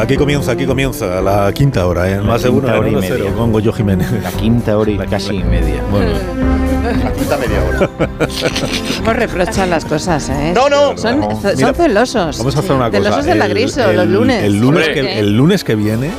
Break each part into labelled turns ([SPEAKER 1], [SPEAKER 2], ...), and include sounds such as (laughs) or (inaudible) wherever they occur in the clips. [SPEAKER 1] aquí comienza, aquí comienza la quinta hora, ¿eh? más seguro, hora y media. Cero, con Goyo Jiménez.
[SPEAKER 2] La quinta hora y la casi quinta. media. Bueno.
[SPEAKER 3] La quinta media
[SPEAKER 4] (laughs)
[SPEAKER 3] hora.
[SPEAKER 4] Nos reprochan las cosas, ¿eh?
[SPEAKER 3] No, no.
[SPEAKER 4] Son,
[SPEAKER 3] no.
[SPEAKER 4] son Mira, celosos.
[SPEAKER 1] Vamos a hacer una cosa.
[SPEAKER 4] Celosos de la griso, el, los lunes.
[SPEAKER 1] El lunes, sí.
[SPEAKER 2] eh,
[SPEAKER 1] que, el lunes que viene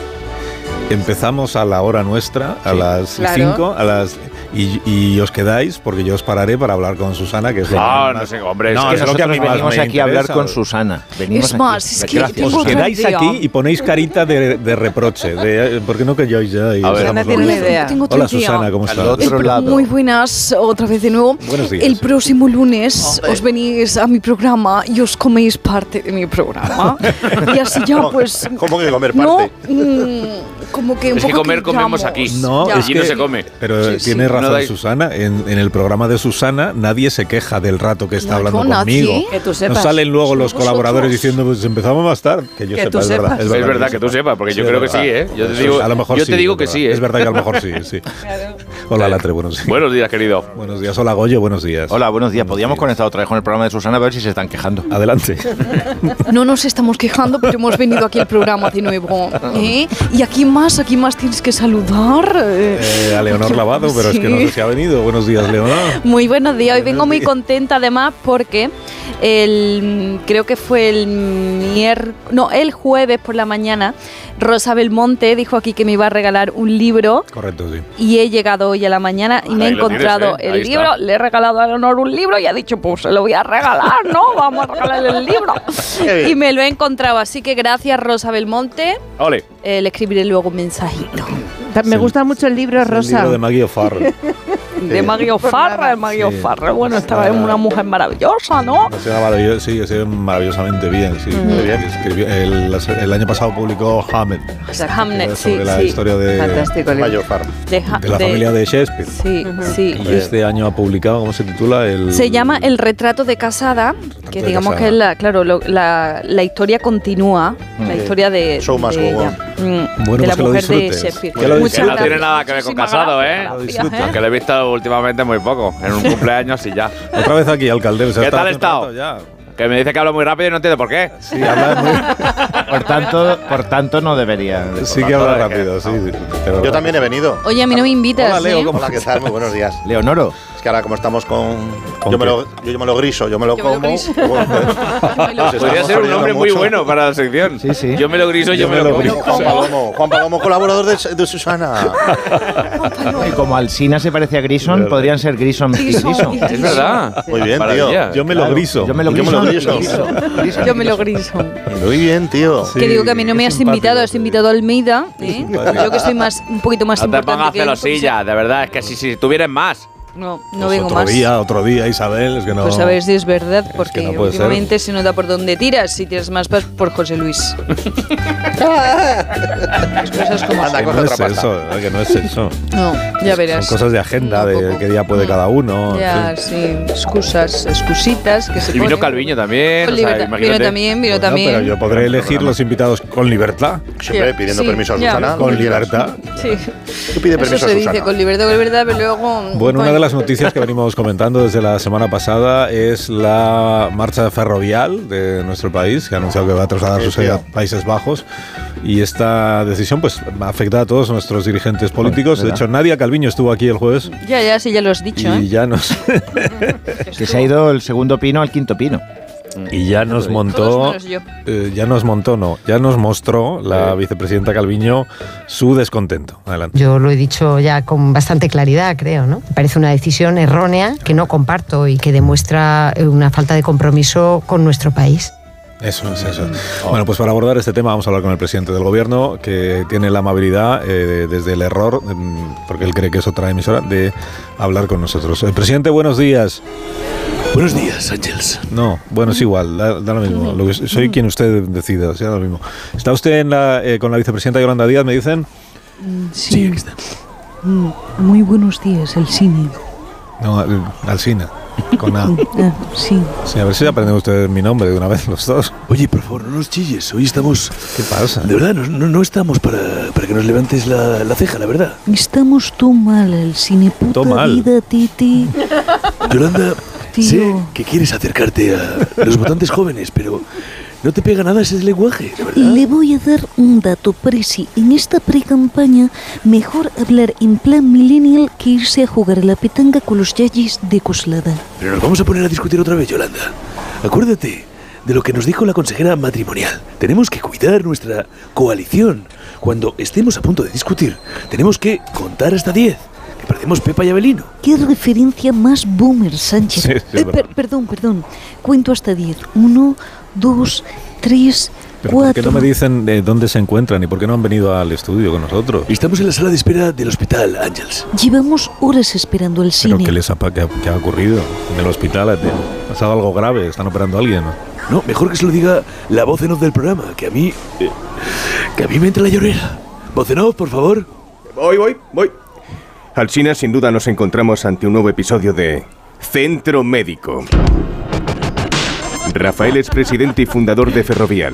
[SPEAKER 1] empezamos a la hora nuestra, a sí. las 5, claro. a las... Y, y, os quedáis porque yo os pararé para hablar con Susana, que es
[SPEAKER 2] no, lo que Ah, no sé, hombre, no, es, que, es lo que a mí venimos aquí a hablar con Susana. Venimos
[SPEAKER 5] es más, aquí. es que
[SPEAKER 1] Gracias,
[SPEAKER 5] tengo
[SPEAKER 1] os quedáis aquí y ponéis carita de, de reproche, de, porque no calláis ya. Y
[SPEAKER 4] a ver, no tiene idea.
[SPEAKER 5] Tengo
[SPEAKER 1] Hola Susana, ¿cómo estás?
[SPEAKER 5] Otro lado. Muy buenas, otra vez de nuevo.
[SPEAKER 1] Buenos días.
[SPEAKER 5] El próximo lunes hombre. os venís a mi programa y os coméis parte de mi
[SPEAKER 1] (laughs)
[SPEAKER 5] programa. y así ya pues...
[SPEAKER 3] ¿Cómo que comer parte?
[SPEAKER 5] No, Mm, como que un
[SPEAKER 2] es
[SPEAKER 5] poco
[SPEAKER 2] que comer comemos aquí.
[SPEAKER 1] No,
[SPEAKER 2] es que, no se come.
[SPEAKER 1] Pero tiene razón. De Susana. En, en, el programa de Susana nadie se queja del rato que está no, hablando conmigo.
[SPEAKER 4] Que tú sepas.
[SPEAKER 1] No salen luego los colaboradores diciendo, pues empezamos más tarde. Que yo
[SPEAKER 4] que
[SPEAKER 1] sepa,
[SPEAKER 4] es
[SPEAKER 1] verdad,
[SPEAKER 2] es verdad. Es verdad, que tú sepas, porque sí, yo creo verdad. que sí, ¿eh? Yo te digo, a lo mejor yo sí, te digo que
[SPEAKER 1] verdad.
[SPEAKER 2] sí, ¿eh?
[SPEAKER 1] Es verdad que a lo
[SPEAKER 2] (laughs)
[SPEAKER 1] mejor sí, sí. Claro. Hola, Latre, buenos días.
[SPEAKER 2] Buenos días, querido.
[SPEAKER 1] Buenos días, hola, Goyo, buenos días.
[SPEAKER 2] Hola, buenos días. Podríamos conectar otra vez con el programa de Susana a ver si se están quejando.
[SPEAKER 4] (laughs)
[SPEAKER 1] Adelante.
[SPEAKER 5] no nos estamos quejando, pero hemos venido aquí al programa de nuevo.
[SPEAKER 1] Ah.
[SPEAKER 5] ¿eh? Y aquí más, aquí más tienes que saludar.
[SPEAKER 1] Eh, a
[SPEAKER 2] (laughs)
[SPEAKER 1] Leonor Lavado, pero es que no sé si ha venido. Buenos días, Leonor.
[SPEAKER 6] (laughs) Muy buenos días. Hoy vengo muy contenta además porque el, creo que fue el miércoles, no, el jueves por la mañana, Rosa Belmonte dijo aquí que me iba a regalar un libro.
[SPEAKER 1] Correcto, sí.
[SPEAKER 6] Y he llegado hoy a la mañana y Ahí me he encontrado tienes, ¿eh? el libro, le he regalado a Leonor un libro y ha dicho, pues se lo voy a regalar, ¿no? (laughs) Vamos a regalarle el libro. y me lo he encontrado, así que gracias Rosa Belmonte.
[SPEAKER 2] Ole.
[SPEAKER 6] Eh, le escribiré luego un (laughs) mensajito.
[SPEAKER 4] Me gusta mucho el libro, Rosa.
[SPEAKER 1] El libro de Maggie O'Farrell.
[SPEAKER 6] de Maggie O'Farrell, de Maggie O'Farrell. Bueno, estaba en una mujer maravillosa, ¿no?
[SPEAKER 1] sí, sí, maravillosamente bien. Sí. Muy bien. Escribió, el, el, año pasado publicó Hamlet.
[SPEAKER 6] Hamlet, sí.
[SPEAKER 1] Sobre la
[SPEAKER 6] sí.
[SPEAKER 1] historia de,
[SPEAKER 4] Fantástico,
[SPEAKER 3] Maggie O'Farrell.
[SPEAKER 1] De, de, la familia de Shakespeare.
[SPEAKER 6] Sí, sí.
[SPEAKER 1] Y este año ha publicado, ¿cómo se titula? El,
[SPEAKER 6] se llama El retrato de casada, retrato que digamos casada. que es la, claro, lo, la, la, historia continúa, mm. la historia de.
[SPEAKER 3] Show más
[SPEAKER 6] de,
[SPEAKER 3] ella,
[SPEAKER 1] mm, bueno,
[SPEAKER 6] de la
[SPEAKER 1] pues
[SPEAKER 6] mujer
[SPEAKER 1] que lo
[SPEAKER 6] de Shakespeare. Que
[SPEAKER 2] lo no tiene nada que ver con casado, ¿eh? Aunque lo he visto últimamente muy poco, en un
[SPEAKER 1] (laughs)
[SPEAKER 2] cumpleaños y ya.
[SPEAKER 1] Otra vez aquí, alcalde.
[SPEAKER 2] ¿Qué tal
[SPEAKER 3] Ah,
[SPEAKER 2] estado? Ya. Que me dice que habla muy rápido y no entiendo por qué.
[SPEAKER 1] Sí, habla
[SPEAKER 2] muy... (laughs) por, tanto, por tanto, no debería. eh.
[SPEAKER 1] Sí que habla rápido, sí.
[SPEAKER 3] Yo también he venido.
[SPEAKER 6] Oye, a mí no me invitas. ¿eh?
[SPEAKER 3] Hola, Leo.
[SPEAKER 6] ¿sí?
[SPEAKER 3] Hola, ¿qué tal? Muy
[SPEAKER 2] (laughs)
[SPEAKER 3] buenos días.
[SPEAKER 2] Leonoro.
[SPEAKER 3] Es que ahora como estamos con... ¿Con yo, me lo, yo, yo, me lo, griso, yo me lo yo como. Me lo
[SPEAKER 5] (laughs)
[SPEAKER 2] bueno, pues Podría ser un nombre muy bueno para la sección. Sí, sí. Yo me lo griso, yo, yo me, me, lo, griso.
[SPEAKER 3] Juan Palomo, Juan Palomo colaborador de, de Susana.
[SPEAKER 2] y como Alsina se parece a Grison, podrían ser Grison y
[SPEAKER 6] (laughs)
[SPEAKER 2] Grison.
[SPEAKER 3] Es verdad. Muy bien, tío.
[SPEAKER 1] Yo me lo griso.
[SPEAKER 2] Yo me lo griso.
[SPEAKER 3] Griso.
[SPEAKER 6] Griso. Griso. Yo me lo griso.
[SPEAKER 3] Muy bien, tío.
[SPEAKER 6] Sí, que digo que a mí no me has invitado, has invitado a Almeida. ¿eh? Yo que soy más, un poquito más
[SPEAKER 2] no
[SPEAKER 6] importante.
[SPEAKER 2] No te pongas celosilla, de verdad, es que si, si tuvieras más.
[SPEAKER 6] No, no pues vengo
[SPEAKER 1] otro
[SPEAKER 6] más.
[SPEAKER 1] Otro día, otro día, Isabel, es que no.
[SPEAKER 6] Pues a ver si es verdad, porque
[SPEAKER 1] es que no
[SPEAKER 6] últimamente se nota por dónde tiras. Si tiras más, vas por José
[SPEAKER 1] (laughs)
[SPEAKER 6] Luis.
[SPEAKER 3] Las cosas como Anda,
[SPEAKER 1] que no es eso, que no es eso.
[SPEAKER 6] No, ya verás.
[SPEAKER 1] Son cosas de agenda, de qué día puede cada uno.
[SPEAKER 6] Ya, sí, excusas, excusitas que se
[SPEAKER 2] Y vino Calviño también.
[SPEAKER 6] Con o sea, vino también, vino
[SPEAKER 1] bueno,
[SPEAKER 6] también.
[SPEAKER 1] Pero yo podré elegir los invitados con libertad.
[SPEAKER 3] Siempre pidiendo sí, permiso a Susana. Ya.
[SPEAKER 1] Con libertad.
[SPEAKER 6] Sí.
[SPEAKER 3] ¿Qué pide permiso
[SPEAKER 6] eso se
[SPEAKER 3] a Susana?
[SPEAKER 6] dice, con libertad, con libertad, pero luego.
[SPEAKER 1] Bueno, una de las noticias que venimos comentando desde la semana pasada es la marcha ferrovial de nuestro país, que ha anunciado que va a trasladar su sede a Países Bajos. Y esta decisión pues afecta a todos nuestros dirigentes políticos. Bueno, de hecho, Nadia Calviño estuvo aquí el jueves.
[SPEAKER 6] Ya, ya, sí, ya lo has dicho.
[SPEAKER 1] Y
[SPEAKER 6] ¿eh?
[SPEAKER 1] ya nos.
[SPEAKER 2] (laughs) que se ha ido el segundo pino al quinto pino.
[SPEAKER 1] Y ya nos montó, eh, ya nos montó, no, ya nos mostró la vicepresidenta Calviño su descontento. Adelante.
[SPEAKER 7] Yo lo he dicho ya con bastante claridad, creo, ¿no? Me parece una decisión errónea que no comparto y que demuestra eh, una falta de compromiso con nuestro país.
[SPEAKER 1] Eso es eso. Bueno, pues para abordar este tema vamos a hablar con el presidente del gobierno, que tiene la amabilidad, eh, desde el error, mm, porque él cree que es otra emisora, de hablar con nosotros. Eh, presidente, buenos días.
[SPEAKER 8] Buenos días, Ángels.
[SPEAKER 1] No, bueno, es igual, da, da lo mismo. Lo que- soy quien usted decida, o sea, da lo mismo. ¿Está usted en la, eh, con la vicepresidenta Yolanda Díaz, me dicen?
[SPEAKER 8] Sí, aquí está.
[SPEAKER 5] Mm,
[SPEAKER 9] Muy buenos días, el cine.
[SPEAKER 1] No, al, Alsina,
[SPEAKER 5] (laughs)
[SPEAKER 8] (laughs)
[SPEAKER 1] con A.
[SPEAKER 9] Ah, sí.
[SPEAKER 1] Sí, a ver si aprenden ustedes mi nombre de una vez los dos.
[SPEAKER 8] Oye, por favor, no nos chilles. Hoy estamos.
[SPEAKER 1] ¿Qué pasa?
[SPEAKER 8] De verdad, no, no- no estamos para, para que nos levantes la, la ceja, la verdad.
[SPEAKER 9] Estamos tú mal, el cine. Puta
[SPEAKER 1] Todo mal.
[SPEAKER 9] vida,
[SPEAKER 1] (laughs)
[SPEAKER 9] Titi.
[SPEAKER 8] Yolanda,
[SPEAKER 9] (laughs) Tío.
[SPEAKER 8] sé que quieres acercarte a los votantes jóvenes, pero no te pega nada ese lenguaje, de ¿verdad?
[SPEAKER 9] Le voy a dar un dato presi. En esta pre-campaña, mejor hablar en plan millennial que irse a jugar a la petanga con los yayis de Coslada.
[SPEAKER 8] Pero nos vamos a poner a discutir otra vez, Yolanda. Acuérdate de lo que nos dijo la consejera matrimonial. Tenemos que cuidar nuestra coalición. Cuando estemos a punto de discutir, tenemos que contar hasta 10. Que parecemos Pepa y Abelino.
[SPEAKER 9] ¿Qué referencia más boomer, Sánchez?
[SPEAKER 1] Sí, sí, es
[SPEAKER 9] Eh, per-
[SPEAKER 1] verdad.
[SPEAKER 9] perdón, perdón. Cuento hasta 10. Uno, dos, tres,
[SPEAKER 1] ¿Pero por qué
[SPEAKER 9] cuatro.
[SPEAKER 1] no me dicen eh, dónde se encuentran y por qué no han venido al estudio con nosotros?
[SPEAKER 8] Estamos en la sala de espera del hospital, Ángels.
[SPEAKER 9] Llevamos horas esperando al
[SPEAKER 1] ¿Pero
[SPEAKER 9] cine.
[SPEAKER 1] qué les ha, pa- qué ha, qué ha ocurrido? En el hospital ha ha pasado algo grave, están operando a alguien. ¿no?
[SPEAKER 8] No, mejor que se lo diga la voz en off del programa, que a mí. eh, que a mí me entra la llorera. Voz en off, por favor.
[SPEAKER 10] Voy, voy, voy. Al China, sin duda, nos encontramos ante un nuevo episodio de Centro Médico. Rafael es presidente y fundador de Ferrovial.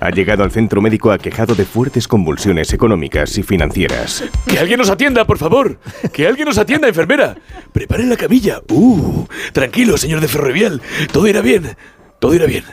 [SPEAKER 10] Ha llegado al centro médico aquejado de fuertes convulsiones económicas y financieras.
[SPEAKER 8] Que alguien nos atienda, por favor. Que alguien nos atienda, enfermera. Preparen la camilla. Uh, tranquilo, señor de Ferrovial. Todo irá bien. Todo irá bien.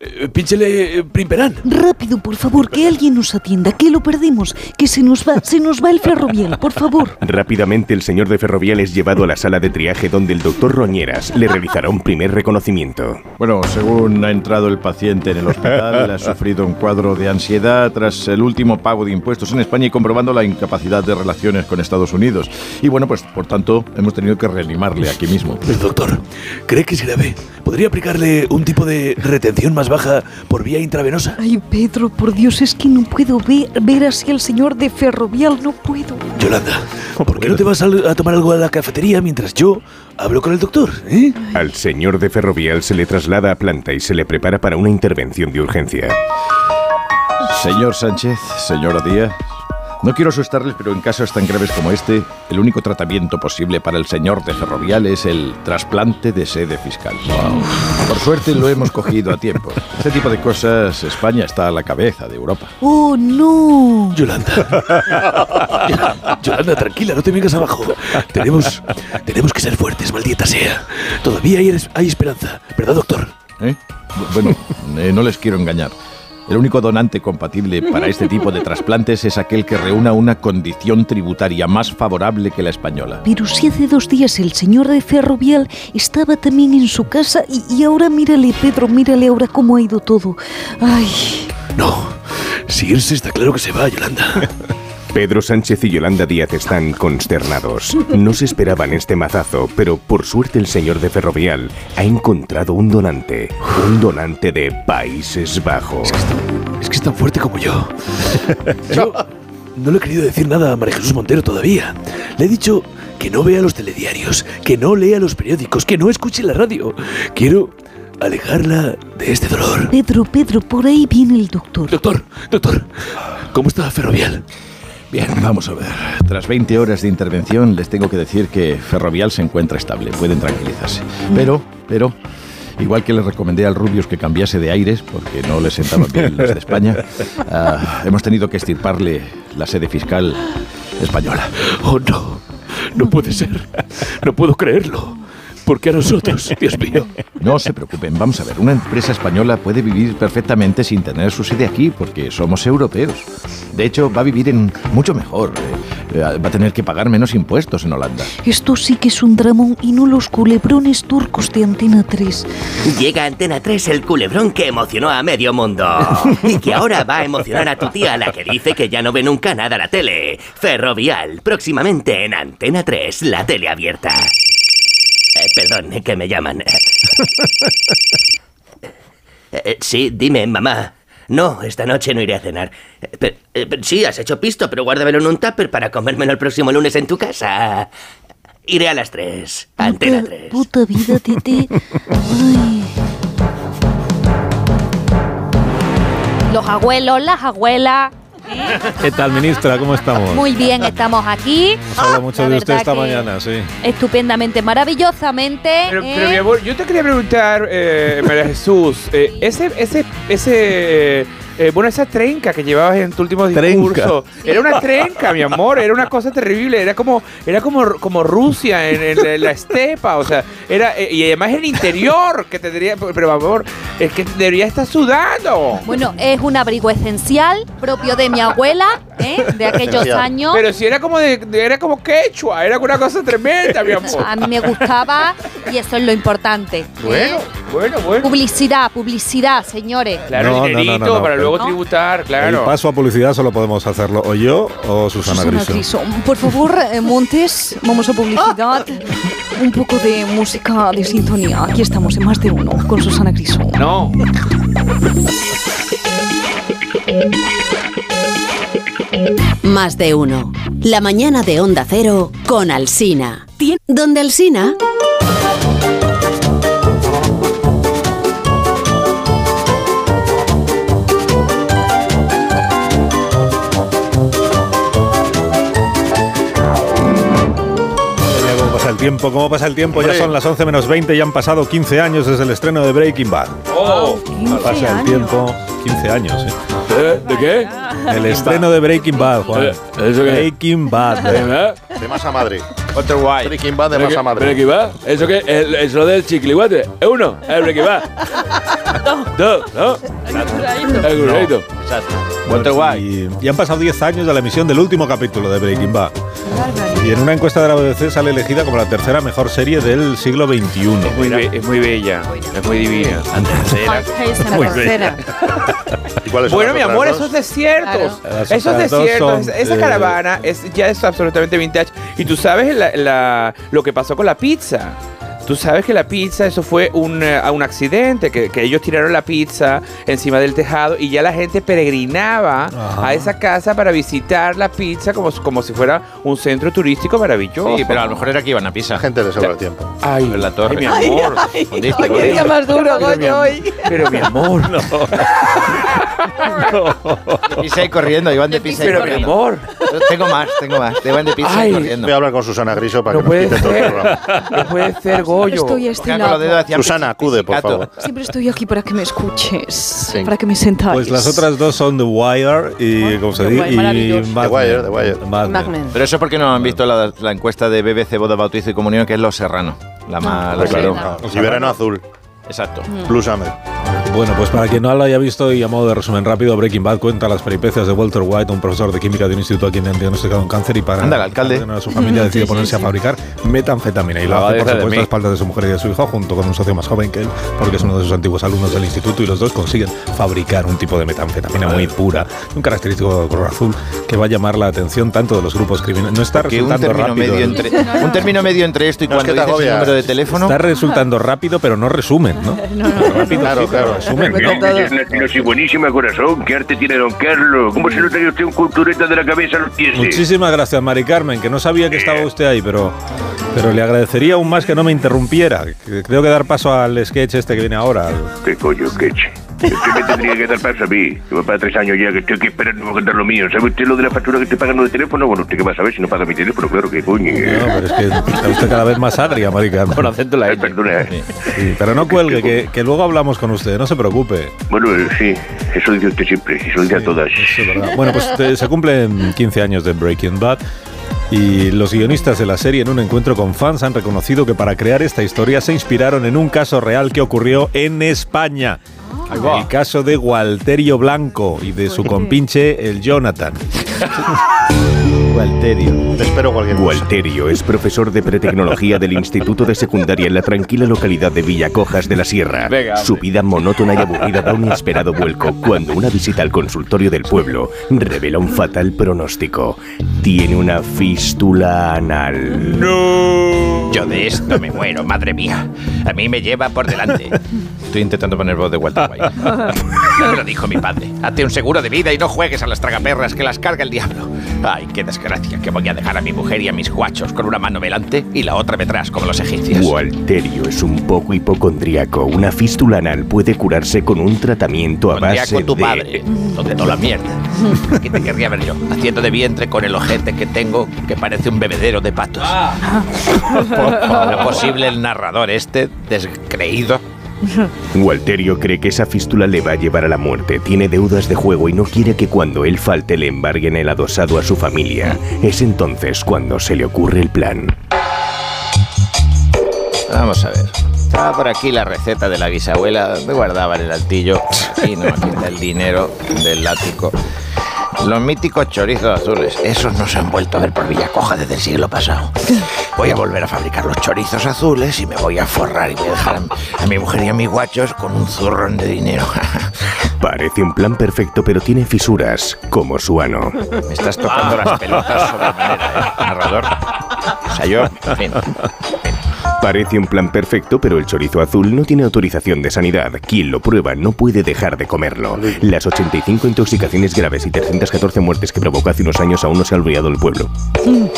[SPEAKER 8] Eh, pínchele eh, Primperán.
[SPEAKER 9] Rápido, por favor, que alguien nos atienda, que lo perdemos, que se nos va, se nos va el ferrovial, por favor.
[SPEAKER 10] Rápidamente, el señor de Ferrovial es llevado a la sala de triaje donde el doctor Roñeras le realizará un primer reconocimiento.
[SPEAKER 11] Bueno, según ha entrado el paciente en el hospital, ha sufrido un cuadro de ansiedad tras el último pago de impuestos en España y comprobando la incapacidad de relaciones con Estados Unidos. Y bueno, pues por tanto hemos tenido que reanimarle aquí mismo.
[SPEAKER 8] Pero, doctor, ¿cree que es grave? ¿Podría aplicarle un tipo de retención más baja por
[SPEAKER 5] (laughs)
[SPEAKER 8] vía intravenosa?
[SPEAKER 9] Ay, Pedro, por Dios, es que no puedo ver, ver así al señor de ferrovial, no puedo.
[SPEAKER 8] Yolanda, ¿por qué no te vas al- a, tomar algo a la cafetería mientras yo hablo con el doctor? ¿eh?
[SPEAKER 10] Al señor de Ferrovial se le traslada a planta y se le prepara para una intervención de urgencia.
[SPEAKER 11] Señor Sánchez, señora Díaz, no quiero asustarles, pero en casos tan graves como este, el único tratamiento posible para el señor de Ferrovial es el trasplante de sede fiscal. Por suerte lo hemos cogido a tiempo. Este tipo de cosas, España está a la cabeza de Europa.
[SPEAKER 9] Oh, no.
[SPEAKER 8] Yolanda. Yolanda, tranquila, no te vengas abajo. Tenemos, tenemos que ser fuertes, maldita sea. Todavía hay, hay esperanza, ¿verdad, doctor?
[SPEAKER 11] ¿Eh? Bu- Bueno, eh, no les quiero engañar. El único donante compatible para este tipo de trasplantes es aquel que reúna una condición tributaria más favorable que la española.
[SPEAKER 9] Pero si hace dos días el señor de ferrovial estaba también en su casa y, y ahora mírale, Pedro, mírale ahora cómo ha ido todo. Ay,
[SPEAKER 8] No, si irse está claro que se va, Yolanda.
[SPEAKER 10] Pedro Sánchez y Yolanda Díaz están consternados. No se esperaban este mazazo, pero por suerte el señor de Ferrovial ha encontrado un donante. Un donante de Países Bajos.
[SPEAKER 8] Es que es tan fuerte como yo. Yo no le he querido decir nada a María Jesús Montero todavía. Le he dicho que no vea los telediarios, que no lea los periódicos, que no escuche la radio. Quiero alejarla de este dolor.
[SPEAKER 9] Pedro, Pedro, por ahí viene el doctor.
[SPEAKER 8] Doctor, doctor, ¿cómo está Ferrovial?
[SPEAKER 11] Bien, vamos a ver. Tras 20 horas de intervención, les tengo que decir que Ferrovial se encuentra estable. Pueden tranquilizarse. Pero, pero, igual que les recomendé al Rubius que cambiase de aires, porque no les sentaban bien los de España, ah, hemos tenido que estirparle la sede fiscal española.
[SPEAKER 8] Oh, no. No puede ser. No puedo creerlo. ¿Por qué a nosotros? (laughs) Dios mío.
[SPEAKER 11] No se preocupen, vamos a ver, una empresa española puede vivir perfectamente sin tener su sede aquí porque somos europeos. De hecho, va a vivir en mucho mejor. eh, eh, va a tener que pagar menos impuestos en Holanda.
[SPEAKER 9] Esto sí que es un dramón y no los culebrones turcos de Antena 3.
[SPEAKER 12] Llega a Antena 3 el culebrón que emocionó a medio mundo
[SPEAKER 4] (laughs)
[SPEAKER 12] y que ahora va a emocionar a tu tía la que dice que ya no ve nunca nada la tele. Ferrovial, próximamente en Antena 3, la tele abierta. Eh, perdón, que me llaman. Eh, sí, dime, mamá. No, esta noche no iré a cenar. Eh, pe- eh, pe- sí, has hecho pisto, pero guárdamelo en un tupper para comérmelo el próximo lunes en tu casa. Iré a las 3. Antena 3.
[SPEAKER 9] Puta vida, Titi.
[SPEAKER 6] Los abuelos, las abuelas. ¿eh?
[SPEAKER 1] ¿Qué tal, ministra? ¿Cómo estamos?
[SPEAKER 6] Muy bien, estamos aquí. Ah,
[SPEAKER 1] Hemos hablado mucho
[SPEAKER 6] La
[SPEAKER 1] de usted
[SPEAKER 6] verdad
[SPEAKER 1] esta
[SPEAKER 6] que
[SPEAKER 1] mañana, sí.
[SPEAKER 6] Estupendamente, maravillosamente.
[SPEAKER 13] Pero,
[SPEAKER 6] ¿eh?
[SPEAKER 13] pero, mi amor, yo te quería preguntar, eh, María Jesús, eh, ese, ese, ese, eh, eh, bueno, esa trenca que llevabas en tu último discurso, era una trenca, mi amor, era una cosa terrible, era como, era como, como Rusia en, en la- la estepa, o sea, era eh, y además el interior que tendría, pero amor, es que debería estar sudando.
[SPEAKER 6] Bueno, es un abrigo esencial propio de mi abuela, ¿eh? de aquellos años.
[SPEAKER 13] Pero si era como de, de- era como quechua, era una cosa tremenda, mi amor.
[SPEAKER 6] A mí me gustaba y eso es lo importante. ¿eh?
[SPEAKER 13] Bueno, bueno, bueno.
[SPEAKER 6] Publicidad, publicidad, señores.
[SPEAKER 13] Claro,
[SPEAKER 1] No, no, no,
[SPEAKER 13] el dinerito
[SPEAKER 1] no, no,
[SPEAKER 13] para
[SPEAKER 1] pero-
[SPEAKER 13] luego tributar, claro.
[SPEAKER 1] El paso a publicidad solo podemos hacerlo o yo o Susana,
[SPEAKER 5] Susana
[SPEAKER 1] Griso.
[SPEAKER 5] Griso. Por favor, eh, Montes, vamos a
[SPEAKER 1] (laughs)
[SPEAKER 5] publicidad. Un poco de música de sintonía. Aquí estamos en más de uno con Susana Griso.
[SPEAKER 13] No.
[SPEAKER 14] Más de uno. La mañana de Onda Cero con Alsina. Donde Alsina.
[SPEAKER 1] Mira ¿Cómo pasa el tiempo? ¿Cómo pasa el tiempo? Ya
[SPEAKER 13] Hombre.
[SPEAKER 1] son las 11 menos 20 y han pasado 15 años desde el estreno de Breaking Bad.
[SPEAKER 13] Oh,
[SPEAKER 1] Pasa el tiempo. 15 años, ¿eh?
[SPEAKER 13] ¿De qué?
[SPEAKER 1] El estreno de Breaking Bad, Juan.
[SPEAKER 13] Eh, ¿eso qué?
[SPEAKER 1] Breaking Bad. eh.
[SPEAKER 3] De masa madre.
[SPEAKER 13] Walter White.
[SPEAKER 3] Breaking Bad de
[SPEAKER 13] Breaking-
[SPEAKER 3] masa madre.
[SPEAKER 13] Breaking Bad. ¿Eso qué? ¿Es es lo del chiquilihuate? Es uno. Es
[SPEAKER 15] (laughs)
[SPEAKER 13] Breaking Bad. Dos. Dos.
[SPEAKER 8] eh,
[SPEAKER 13] El guradito.
[SPEAKER 8] Pues
[SPEAKER 1] Walter White. Y, y Pues han pasado 10 años de la emisión del último capítulo de Breaking Bad. Y en una encuesta de la BBC sale elegida como la tercera mejor serie del siglo XXI.
[SPEAKER 2] Muy be- es muy bella, es muy divina.
[SPEAKER 1] Muy bella.
[SPEAKER 13] Bueno, mi amor, esos desiertos.
[SPEAKER 2] Claro. Las
[SPEAKER 13] Esos
[SPEAKER 2] otras dos
[SPEAKER 13] desiertos.
[SPEAKER 2] son,
[SPEAKER 13] esa- esa
[SPEAKER 2] eh,
[SPEAKER 13] caravana es, ya es absolutamente vintage. Y tú sabes la- la- lo que pasó con la pizza. Tú sabes que la pizza, eso fue un, eh, un accidente, que, que ellos tiraron la pizza encima del tejado y ya la gente peregrinaba a esa casa para visitar la pizza como, como si fuera un centro turístico maravilloso.
[SPEAKER 16] Sí, pero a lo mejor era que iban a Pisa.
[SPEAKER 3] Gente de sobra tiempo.
[SPEAKER 13] Ay,
[SPEAKER 16] la torre.
[SPEAKER 13] mi amor. ¿eh?
[SPEAKER 16] Fundiste,
[SPEAKER 13] qué día más
[SPEAKER 4] duro,
[SPEAKER 13] coño, hoy. Pero mi amor, no.
[SPEAKER 16] De (laughs) Pisa y corriendo, iban de Pisa y
[SPEAKER 3] Pero, mi
[SPEAKER 16] corriendo.
[SPEAKER 13] amor.
[SPEAKER 16] Tengo más, tengo más. Te iban de Pisa y corriendo.
[SPEAKER 3] Voy a hablar con Susana Griso para que nos quite todo el programa.
[SPEAKER 13] No puede ser,
[SPEAKER 5] Goyo. (laughs) Estoy estilado. Con los dedos hacia
[SPEAKER 3] Susana, acude, por
[SPEAKER 5] pizzicato.
[SPEAKER 3] favor.
[SPEAKER 5] Siempre estoy aquí para que me escuches, para que me sentáis.
[SPEAKER 1] Pues las otras dos son The Wire y, ¿cómo se
[SPEAKER 5] The
[SPEAKER 1] dice?
[SPEAKER 5] Wire,
[SPEAKER 1] Y
[SPEAKER 5] maravilloso.
[SPEAKER 1] Mad
[SPEAKER 16] The Wire,
[SPEAKER 1] Men.
[SPEAKER 16] The Wire.
[SPEAKER 1] Mad Men.
[SPEAKER 16] Pero eso porque no han visto la, la encuesta de BBC Boda, Bautizo y Comunión, que es Los Serrano. La
[SPEAKER 13] Ah,
[SPEAKER 16] más.
[SPEAKER 13] pues
[SPEAKER 16] la
[SPEAKER 3] Claro,
[SPEAKER 16] que-
[SPEAKER 3] no. Y verano azul.
[SPEAKER 16] Exacto.
[SPEAKER 11] Mm.
[SPEAKER 3] Plus Amel.
[SPEAKER 1] Bueno, pues para quien no lo haya visto y a modo de resumen rápido, Breaking Bad cuenta las peripecias de Walter White, un profesor de química de un instituto a quien le han diagnosticado un cáncer y para
[SPEAKER 16] Anda, el alcalde.
[SPEAKER 1] ordenar a su familia
[SPEAKER 16] (laughs)
[SPEAKER 1] decide
[SPEAKER 16] Sí, sí,
[SPEAKER 1] ponerse
[SPEAKER 16] sí.
[SPEAKER 1] a fabricar metanfetamina y lo
[SPEAKER 16] Ah,
[SPEAKER 1] hace, por
[SPEAKER 16] deja de
[SPEAKER 1] supuesto,
[SPEAKER 16] mí.
[SPEAKER 1] a espaldas de su mujer y de su hijo, junto con un socio más joven que él, porque es uno de sus antiguos alumnos del instituto y los dos consiguen fabricar un tipo de metanfetamina muy pura, un característico color azul que va a llamar la atención tanto de los grupos criminales. No está
[SPEAKER 16] Que un
[SPEAKER 1] resultando
[SPEAKER 16] término,
[SPEAKER 1] rápido.
[SPEAKER 16] medio
[SPEAKER 1] el-
[SPEAKER 16] (laughs) entre, un término medio entre esto y
[SPEAKER 1] No, es
[SPEAKER 16] cuando
[SPEAKER 1] que
[SPEAKER 16] dices
[SPEAKER 1] te
[SPEAKER 16] el
[SPEAKER 1] agobias.
[SPEAKER 16] número de teléfono. (laughs)
[SPEAKER 1] Está resultando rápido, pero no resumen, ¿no? Rápido, sí, pero resumen, ¿no?
[SPEAKER 17] No soy buenísima, corazón. ¿Qué arte tiene don Carlos? ¿Cómo se nota que usted es un cultureta de la cabeza a los pies?
[SPEAKER 1] Muchísimas gracias, Mari Carmen, que no sabía que estaba usted ahí, pero, pero le agradecería aún más que no me interrumpiera. Que- Tengo que dar paso al sketch este que viene ahora. al-
[SPEAKER 17] ¿Qué coño, queche? Usted me tendría que dar paso a mí. Llevo para tres años ya que estoy aquí esperando para contar lo mío. ¿Sabe usted lo de la factura que estoy pagando de teléfono? Bueno, ¿usted qué va a saber si no paga mi teléfono? Claro que coño.
[SPEAKER 1] No, pero es que está usted cada vez más agria, Mari Carmen. Por
[SPEAKER 13] acento la
[SPEAKER 17] Perdona.
[SPEAKER 1] Sí, pero no cuelgue, eh. (laughs) que, que luego hablamos con usted, no se preocupe.
[SPEAKER 17] Bueno, eh, sí, eso dice usted siempre. Eso dice a todas.
[SPEAKER 1] Bueno, pues te- se cumplen 15 años de Breaking Bad. Y los guionistas de la serie en un encuentro con fans han reconocido que para crear esta historia se inspiraron en un caso real que ocurrió en España. El caso de Walterio Blanco y de su compinche el
[SPEAKER 15] (laughs)
[SPEAKER 1] Jonathan.
[SPEAKER 3] Te espero cualquier cosa.
[SPEAKER 10] Gualterio es profesor de pretecnología del Instituto de Secundaria en la tranquila localidad de Villacojas de la Sierra.
[SPEAKER 16] Venga, hombre.
[SPEAKER 10] Su vida monótona y aburrida da un inesperado vuelco cuando una visita al consultorio del pueblo revela un fatal pronóstico. Tiene una fístula anal.
[SPEAKER 16] Yo de esto me muero, madre mía. A mí me lleva por delante. estoy intentando poner voz de
[SPEAKER 8] (laughs)
[SPEAKER 16] Walter White. Ya Me lo dijo mi padre. Hazte un seguro de vida y no juegues a las tragaperras que las carga el diablo. Ay, qué desgracia que voy a dejar a mi mujer y a mis guachos con una mano delante y la otra detrás como los egipcios.
[SPEAKER 10] Walterio es un poco hipocondríaco. Una fístula anal puede curarse con un tratamiento a
[SPEAKER 16] Pondría
[SPEAKER 10] base
[SPEAKER 16] con tu
[SPEAKER 10] de...
[SPEAKER 16] padre, donde toda la mierda. ¿Qué te querría ver yo? Haciendo de vientre con el ojete que tengo que parece un bebedero de patos. ¿No posible el narrador este, descreído?
[SPEAKER 10] Walterio cree que esa fístula le va a llevar a la muerte, tiene deudas de juego y no quiere que cuando él falte le embarguen el adosado a su familia. Es entonces cuando se le ocurre el plan.
[SPEAKER 16] Vamos a ver. Estaba por aquí la receta de la guisabuela. Me guardaba en el altillo. Aquí no, aquí está el dinero del látigo. Los míticos chorizos azules. Esos no se han vuelto a ver por Villacoja desde el siglo pasado. Voy a volver a fabricar los chorizos azules y me voy a forrar y voy a dejar a, a mi mujer y a mis guachos con un zurrón de dinero. (laughs)
[SPEAKER 10] Parece un plan perfecto, pero tiene fisuras, como su ano.
[SPEAKER 16] Me estás tocando las pelotas sobremanera, ¿eh, narrador. O sea, yo, en fin,
[SPEAKER 10] Parece un plan perfecto, pero el chorizo azul no tiene autorización de sanidad. Quien lo prueba no puede dejar de comerlo. Las 85 intoxicaciones graves y 314 muertes que provocó hace unos años aún no se ha olvidado el pueblo.
[SPEAKER 16] Eh,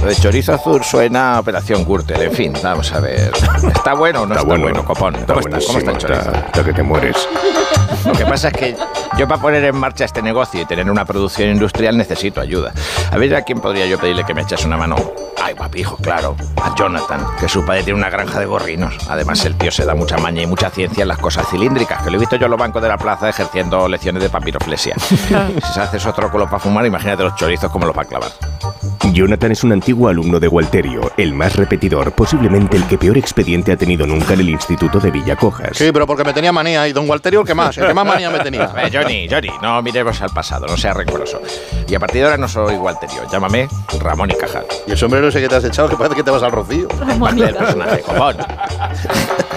[SPEAKER 16] Lo de chorizo azul suena a operación Gürtel, en fin, vamos a ver. ¿Está bueno o no está, bueno, copón? ¿Cómo está? ¿Cómo está el
[SPEAKER 10] buenísimo,
[SPEAKER 16] chorizo?
[SPEAKER 10] Hasta que te mueres.
[SPEAKER 16] (laughs) Lo que pasa es que yo para poner en marcha este negocio y tener una producción industrial necesito ayuda. A ver a quién podría yo pedirle que me echase una mano. Ay, guapijo, claro. A Jonathan, que su padre tiene una granja de gorrinos. Además, el tío se da mucha maña y mucha ciencia en las cosas cilíndricas, que lo he visto yo en los bancos de la plaza ejerciendo lecciones de papiroflesia. si se hace esos trócolos para fumar, imagínate los chorizos como los va a clavar.
[SPEAKER 10] Jonathan es un antiguo alumno de Walterio, el más repetidor, posiblemente el que peor expediente ha tenido nunca en el Instituto de Villacojas.
[SPEAKER 3] Sí, pero porque me tenía manía y don Walterio el que más, el que más manía me tenía.
[SPEAKER 16] (laughs) Eh, Johnny, Johnny, no miremos al pasado, no seas rencoroso. Y a partir de ahora no soy Walterio, llámame Ramón y Cajal.
[SPEAKER 3] Y el sombrero ese que te has echado que parece que te vas al rocío.
[SPEAKER 16] Parte del personaje, copón.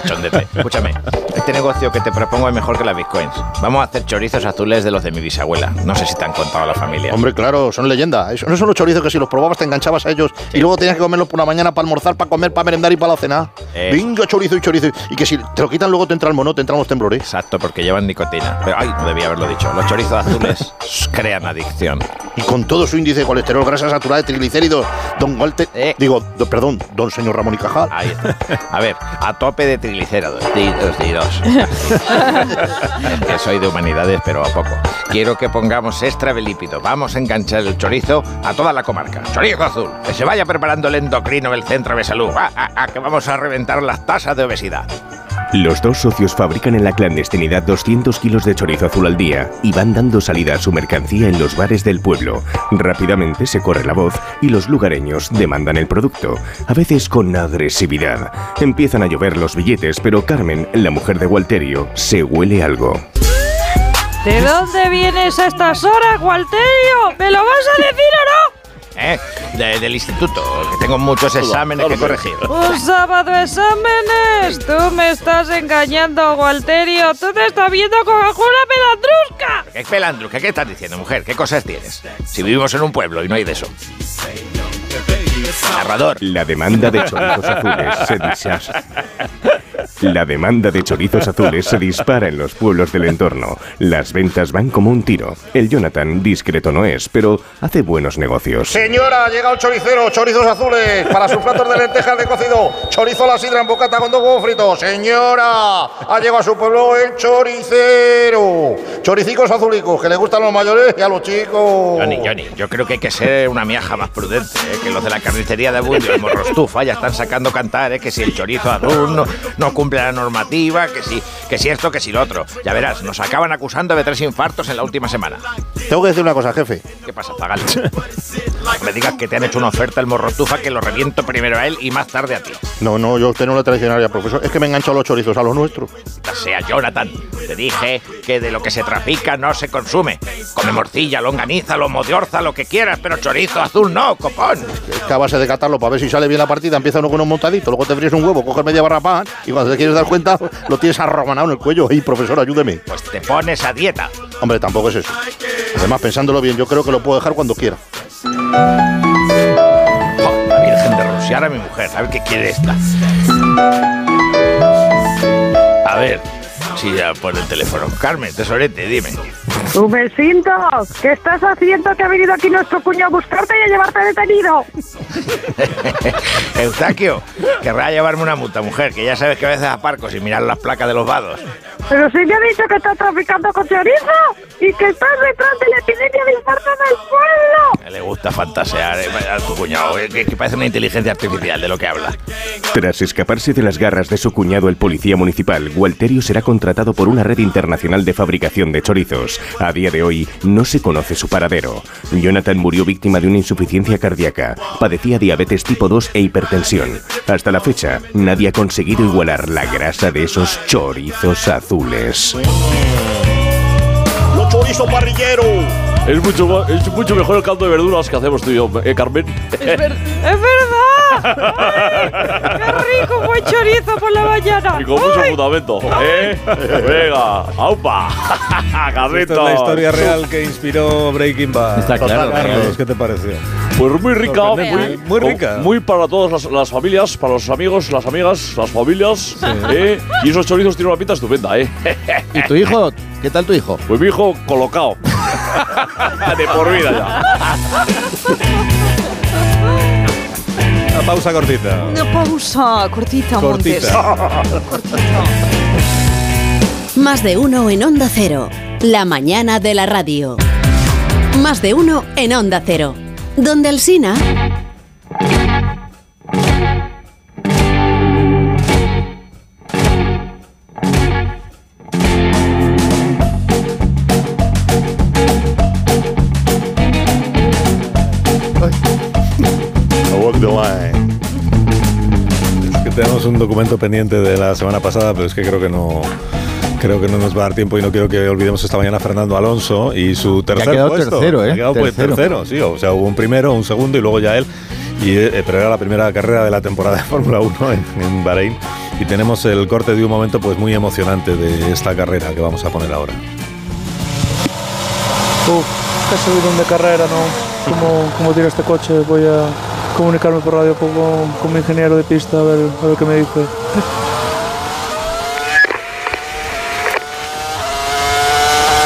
[SPEAKER 16] Chóndete. Escúchame, este negocio que te propongo es mejor que las bitcoins. Vamos a hacer chorizos azules de los de mi bisabuela. No sé si te han contado a la familia.
[SPEAKER 3] Hombre, claro, son leyenda. Eso- No son los chorizos que si los probabas te enganchabas a ellos y luego tenías que comerlos por la mañana para almorzar, para comer, para merendar y para la cena.
[SPEAKER 16] Eso.
[SPEAKER 3] Venga, chorizo y chorizo. Y que si te lo quitan luego te entra el mono, te entran los temblores.
[SPEAKER 16] Exacto, porque llevan nicotina. Pero, ay, no debía haberlo dicho. Los chorizos
[SPEAKER 3] (laughs)
[SPEAKER 16] azules crean adicción.
[SPEAKER 3] Y con todo su índice de colesterol, grasa saturada, triglicéridos, don Walter. Digo, do- perdón, don señor Ramón y Cajal.
[SPEAKER 16] Eh. Ahí está. A ver, a tope de triglicéridos. Di- dos, di dos. Es que soy de humanidades, pero a poco. Quiero que pongamos extra belípido. Vamos a enganchar el chorizo a toda la comarca. Chorizo azul. Que se vaya preparando el endocrino del centro de salud. Ah, ah, ah, que vamos a reventar las tasas de obesidad.
[SPEAKER 10] Los dos socios fabrican en la clandestinidad 200 kilos de chorizo azul al día y van dando salida a su mercancía en los bares del pueblo. Rápidamente se corre la voz y los lugareños demandan el producto, a veces con agresividad. Empiezan a llover los billetes, pero Carmen, la mujer de Walterio, se huele algo.
[SPEAKER 18] ¿De dónde vienes a estas horas, Walterio? ¿Me lo vas a decir o
[SPEAKER 16] ¿Eh? De- del instituto. Que tengo muchos exámenes que corregir.
[SPEAKER 18] no? Un sábado exámenes. Tú me estás engañando, Walterio. Tú te estás viendo con una pelandrusca.
[SPEAKER 16] ¿Qué pelandruca? ¿Qué estás diciendo, mujer? ¿Qué cosas tienes? Si vivimos en un pueblo y no hay de eso. Narrador.
[SPEAKER 10] La demanda de chorizos azules se dispara. La demanda de chorizos azules se dispara en los pueblos del entorno. Las ventas van como un tiro. El Jonathan discreto no es, pero hace buenos
[SPEAKER 3] (laughs)
[SPEAKER 10] negocios.
[SPEAKER 3] Señora, ha llegado el choricero, chorizos azules, para sus platos de lentejas de cocido, chorizo a la sidra en bocata con dos huevos fritos. Señora, ha llegado a su pueblo el choricero. Choricicos azulicos, que le gustan a los mayores y a los chicos.
[SPEAKER 16] Johnny, Johnny, yo creo que hay que ser una miaja más prudente, ¿eh? que los de la carnicería de Abundio y Morrostufa ya están sacando cantar, ¿eh? que si el chorizo azul no, no cumple la normativa, que si, que si esto, que si lo otro. Ya verás, nos acaban acusando de tres infartos en la última semana.
[SPEAKER 3] Tengo que decir una cosa, jefe.
[SPEAKER 16] ¿Qué pasa, Zagal? No me digas que te han hecho una oferta al Morrostufa que lo reviento primero a él y más tarde a ti.
[SPEAKER 3] No, no, yo a usted no le traicionaría, profesor. Es que me engancho a los chorizos, a los nuestros.
[SPEAKER 16] Maldita sea Jonathan. Te dije que de lo que se trafica no se consume. Come morcilla, longaniza, lomo de orza, lo que quieras, pero chorizo azul no, copón.
[SPEAKER 3] Es que a base de catarlo para ver si sale bien la partida, empieza uno con un montadito, luego te fríes un huevo, coges media barra de pan y cuando te quieres dar cuenta lo tienes arromanado en el cuello. Y profesor, ayúdeme.
[SPEAKER 16] Pues te pones a dieta.
[SPEAKER 3] Hombre, tampoco es eso. Además, pensándolo bien, yo creo que lo puedo dejar cuando quiera.
[SPEAKER 16] Jo, la Virgen de Rusiar a mi mujer, a ver qué quiere esta. A ver, cuchilla por el teléfono. Carmen, tesorete, dime. (laughs)
[SPEAKER 19] Rubensito, ¿qué estás haciendo que ha venido aquí nuestro cuñado a buscarte y a llevarte detenido?
[SPEAKER 16] Eustaquio, querrá llevarme una multa, mujer, que ya sabes que a veces aparco sin mirar las placas de los vados.
[SPEAKER 19] Pero si me ha dicho que estás traficando con chorizo y que estás detrás de la epidemia de infarto del pueblo.
[SPEAKER 16] Le gusta fantasear eh, a tu cuñado, eh, que, que parece una inteligencia artificial de lo que habla.
[SPEAKER 10] Tras escaparse de las garras de su cuñado el policía municipal, Gualterio será contratado por una red internacional de fabricación de chorizos. A día de hoy no se conoce su paradero. Jonathan murió víctima de una insuficiencia cardíaca, padecía diabetes tipo 2 e hipertensión. Hasta la fecha, nadie ha conseguido igualar la grasa de esos chorizos azules.
[SPEAKER 3] Los chorizos parrilleros.
[SPEAKER 15] Es mucho, ma- es mucho mejor el caldo de verduras que hacemos tú y yo, ¿eh, Carmen?
[SPEAKER 18] ¡Es verdad! ¡Ay, ¡Qué rico buen chorizo por la mañana!
[SPEAKER 15] (laughs) y con mucho
[SPEAKER 18] ¡Ay!
[SPEAKER 15] fundamento,
[SPEAKER 8] (laughs)
[SPEAKER 15] ¿eh? Venga, ¡aupa! (laughs)
[SPEAKER 1] Esta
[SPEAKER 15] ¡Carrito!
[SPEAKER 1] es la historia real que inspiró Breaking Bad.
[SPEAKER 15] Está claro,
[SPEAKER 1] Carlos,
[SPEAKER 15] claro.
[SPEAKER 1] ¿qué te pareció?
[SPEAKER 15] Pues muy rica,
[SPEAKER 1] Sorprendente,
[SPEAKER 15] muy,
[SPEAKER 1] ¿eh? muy rica.
[SPEAKER 15] Muy para todas las, las familias, para los amigos, las amigas, las familias. ¿eh? Y esos chorizos tienen una pinta estupenda, ¿eh?
[SPEAKER 11] ¿Y tu hijo? ¿Qué tal tu hijo?
[SPEAKER 15] Pues mi hijo colocado. de por vida ya.
[SPEAKER 1] Una pausa cortita.
[SPEAKER 5] (laughs) Una pausa cortita, Montes.
[SPEAKER 1] Cortita. (laughs)
[SPEAKER 14] Más de uno en Onda Cero. La mañana de la radio. Más de uno en Onda Cero. Donde Alsina.
[SPEAKER 1] Es que tenemos un documento pendiente de la semana pasada, pero es que creo que no. Creo que no nos va a dar tiempo y no quiero que olvidemos esta mañana a Fernando Alonso y su tercer
[SPEAKER 11] quedado
[SPEAKER 1] puesto.
[SPEAKER 11] tercero, ¿eh?
[SPEAKER 1] Ha quedado pues,
[SPEAKER 11] Tercero.
[SPEAKER 1] tercero, sí. O sea, hubo un primero, un segundo y luego ya él. Y, eh, pero era la primera carrera de la temporada de Fórmula 1 en, en Bahrein. Y tenemos el corte de un momento pues muy emocionante de esta carrera que vamos a poner ahora.
[SPEAKER 20] Uf, qué subidón de carrera, ¿no? ¿Cómo, cómo tira este coche? Voy a comunicarme por radio con, con mi ingeniero de pista a ver, a ver qué me dice.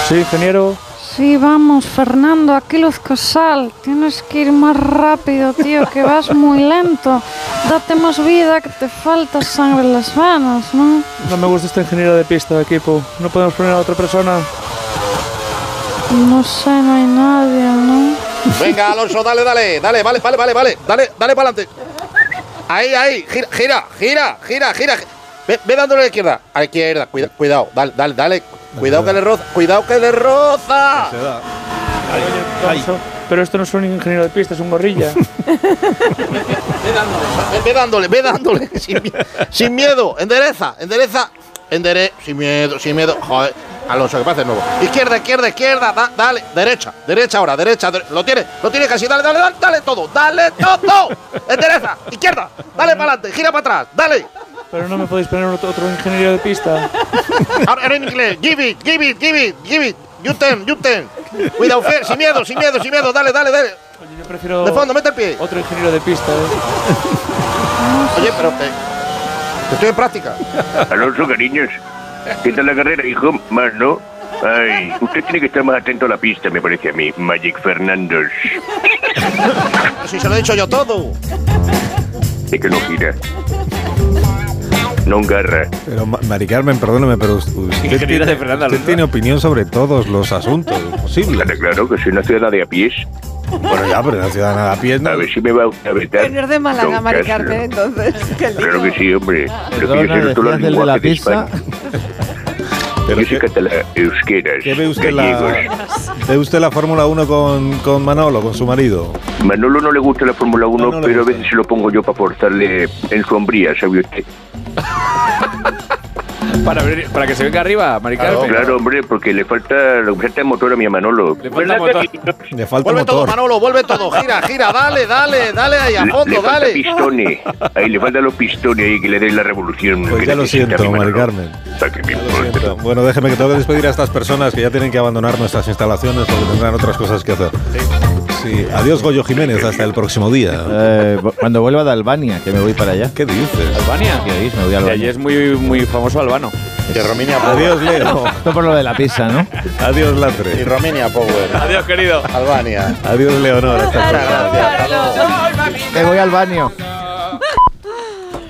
[SPEAKER 20] Sí, ingeniero.
[SPEAKER 18] Sí, vamos, Fernando, aquí Luz Casal. Tienes que ir más rápido, tío, que vas muy lento. Date más vida, que te falta sangre en las manos, ¿no?
[SPEAKER 20] No me gusta este ingeniero de pista de equipo. ¿No podemos poner a otra persona?
[SPEAKER 18] No sé, no hay nadie, ¿no?
[SPEAKER 3] Venga, Alonso, dale, dale, dale, vale, vale, vale, vale, dale, dale para adelante. Ahí, ahí, gira, gira, gira, gira, gira. Ve, ve dándole a la izquierda, a la izquierda, cuida- cuidado, dale, dale, dale. Cuidado que le roza, cuidado que le roza.
[SPEAKER 20] Alonso, Pero esto no es un ingeniero de pista, es
[SPEAKER 3] (laughs)
[SPEAKER 20] un gorrilla.
[SPEAKER 3] Ve, Eh, ve dándole, ve dándole, (laughs) sin, mie- sin miedo, endereza, endereza, endere, sin miedo, sin miedo. Joder, Alonso, que pase de nuevo. Izquierda, izquierda, izquierda, da- dale, derecha, derecha ahora, derecha, dere- lo tiene, lo tiene casi, dale, dale, dale, dale todo, dale todo, endereza, izquierda, dale para adelante, gira para atrás, dale.
[SPEAKER 20] Pero no me podéis poner otro, otro ingeniero de pista.
[SPEAKER 3] Ahora ahora en inglés, give it, give it, give it, give it, you ten, you ten. Cuidado, Fer, sin miedo, sin miedo, sin miedo, dale, dale, dale.
[SPEAKER 20] Yo prefiero
[SPEAKER 3] De fondo, mete el pie.
[SPEAKER 20] otro ingeniero de pista. ¿eh?
[SPEAKER 3] Oye, pero te, te estoy en práctica.
[SPEAKER 17] Alonso, cariños, ¿qué tal la carrera, hijo? Más, ¿no? Ay, usted tiene que estar más atento a la pista, me parece a mí, Magic Fernández.
[SPEAKER 3] Si se lo he dicho yo todo.
[SPEAKER 17] Es que no gira. No engarra.
[SPEAKER 1] Pero Ma- Mari Carmen, perdóname, pero usted, usted
[SPEAKER 17] Ingeniera
[SPEAKER 1] tiene,
[SPEAKER 17] de Fernando
[SPEAKER 1] usted
[SPEAKER 17] Alonso.
[SPEAKER 1] tiene opinión sobre todos los
[SPEAKER 17] (laughs)
[SPEAKER 1] asuntos posibles.
[SPEAKER 17] Claro que soy una ciudad de a pies.
[SPEAKER 1] Bueno, ya, pero una ciudad a pies.
[SPEAKER 17] A ver si me va a vetar.
[SPEAKER 4] Pero no es de Málaga,
[SPEAKER 17] Don
[SPEAKER 4] Mari
[SPEAKER 17] Carlos.
[SPEAKER 4] Carmen,
[SPEAKER 20] ¿eh?
[SPEAKER 4] entonces. qué lindo.
[SPEAKER 17] Claro que sí, hombre. Pero que yo
[SPEAKER 1] Perdona,
[SPEAKER 17] sé todos los
[SPEAKER 1] decías del de la
[SPEAKER 17] lenguajes de
[SPEAKER 1] pizza.
[SPEAKER 17] España.
[SPEAKER 1] (laughs)
[SPEAKER 17] Yo soy catalán, euskeras,
[SPEAKER 1] ¿Qué ve usted
[SPEAKER 17] gallegos.
[SPEAKER 1] la, ve usted la Fórmula 1 con, con Manolo, con su marido?
[SPEAKER 17] Manolo no le gusta la Fórmula 1, pero a veces se lo pongo yo para forzarle en su hombría, ¿sabe usted?
[SPEAKER 2] Para, ver- para que se venga arriba, Maricarmen.
[SPEAKER 17] Claro, hombre, porque le falta, le falta motor a mi Manolo. Le
[SPEAKER 2] falta motor.
[SPEAKER 1] Le falta
[SPEAKER 3] Vuelve todo, Manolo, vuelve todo, gira, gira, dale, dale, dale ahí a
[SPEAKER 17] Le,
[SPEAKER 3] fondo,
[SPEAKER 17] falta
[SPEAKER 3] dale. (laughs)
[SPEAKER 17] pistones. Ahí le faltan los pistones ahí que le den la revolución.
[SPEAKER 1] Pues
[SPEAKER 17] que
[SPEAKER 1] ya lo
[SPEAKER 17] necesita mi
[SPEAKER 1] siento, Mari
[SPEAKER 17] Manolo.
[SPEAKER 1] Carmen.
[SPEAKER 17] Para que me importe.
[SPEAKER 1] Bueno, déjeme que tengo que despedir a estas personas que ya tienen que abandonar nuestras instalaciones porque tendrán otras cosas que hacer. Sí, adiós Goyo Jiménez, hasta el próximo día.
[SPEAKER 11] Eh, cuando vuelva de Albania, que me voy para allá.
[SPEAKER 1] ¿Qué dices?
[SPEAKER 2] ¿Albania?
[SPEAKER 11] ¿Qué dices? Me voy a
[SPEAKER 2] Y
[SPEAKER 11] Albania.
[SPEAKER 2] allí es muy, muy famoso albano.
[SPEAKER 3] De Romania Power.
[SPEAKER 16] Adiós, Leo. pues, (laughs) Esto por lo de la pizza, ¿no?
[SPEAKER 1] Adiós, Latre.
[SPEAKER 3] Y Romania Power.
[SPEAKER 21] Adiós, querido.
[SPEAKER 3] Albania.
[SPEAKER 1] Adiós, Leonor. Hasta pronto.
[SPEAKER 16] Me voy al baño.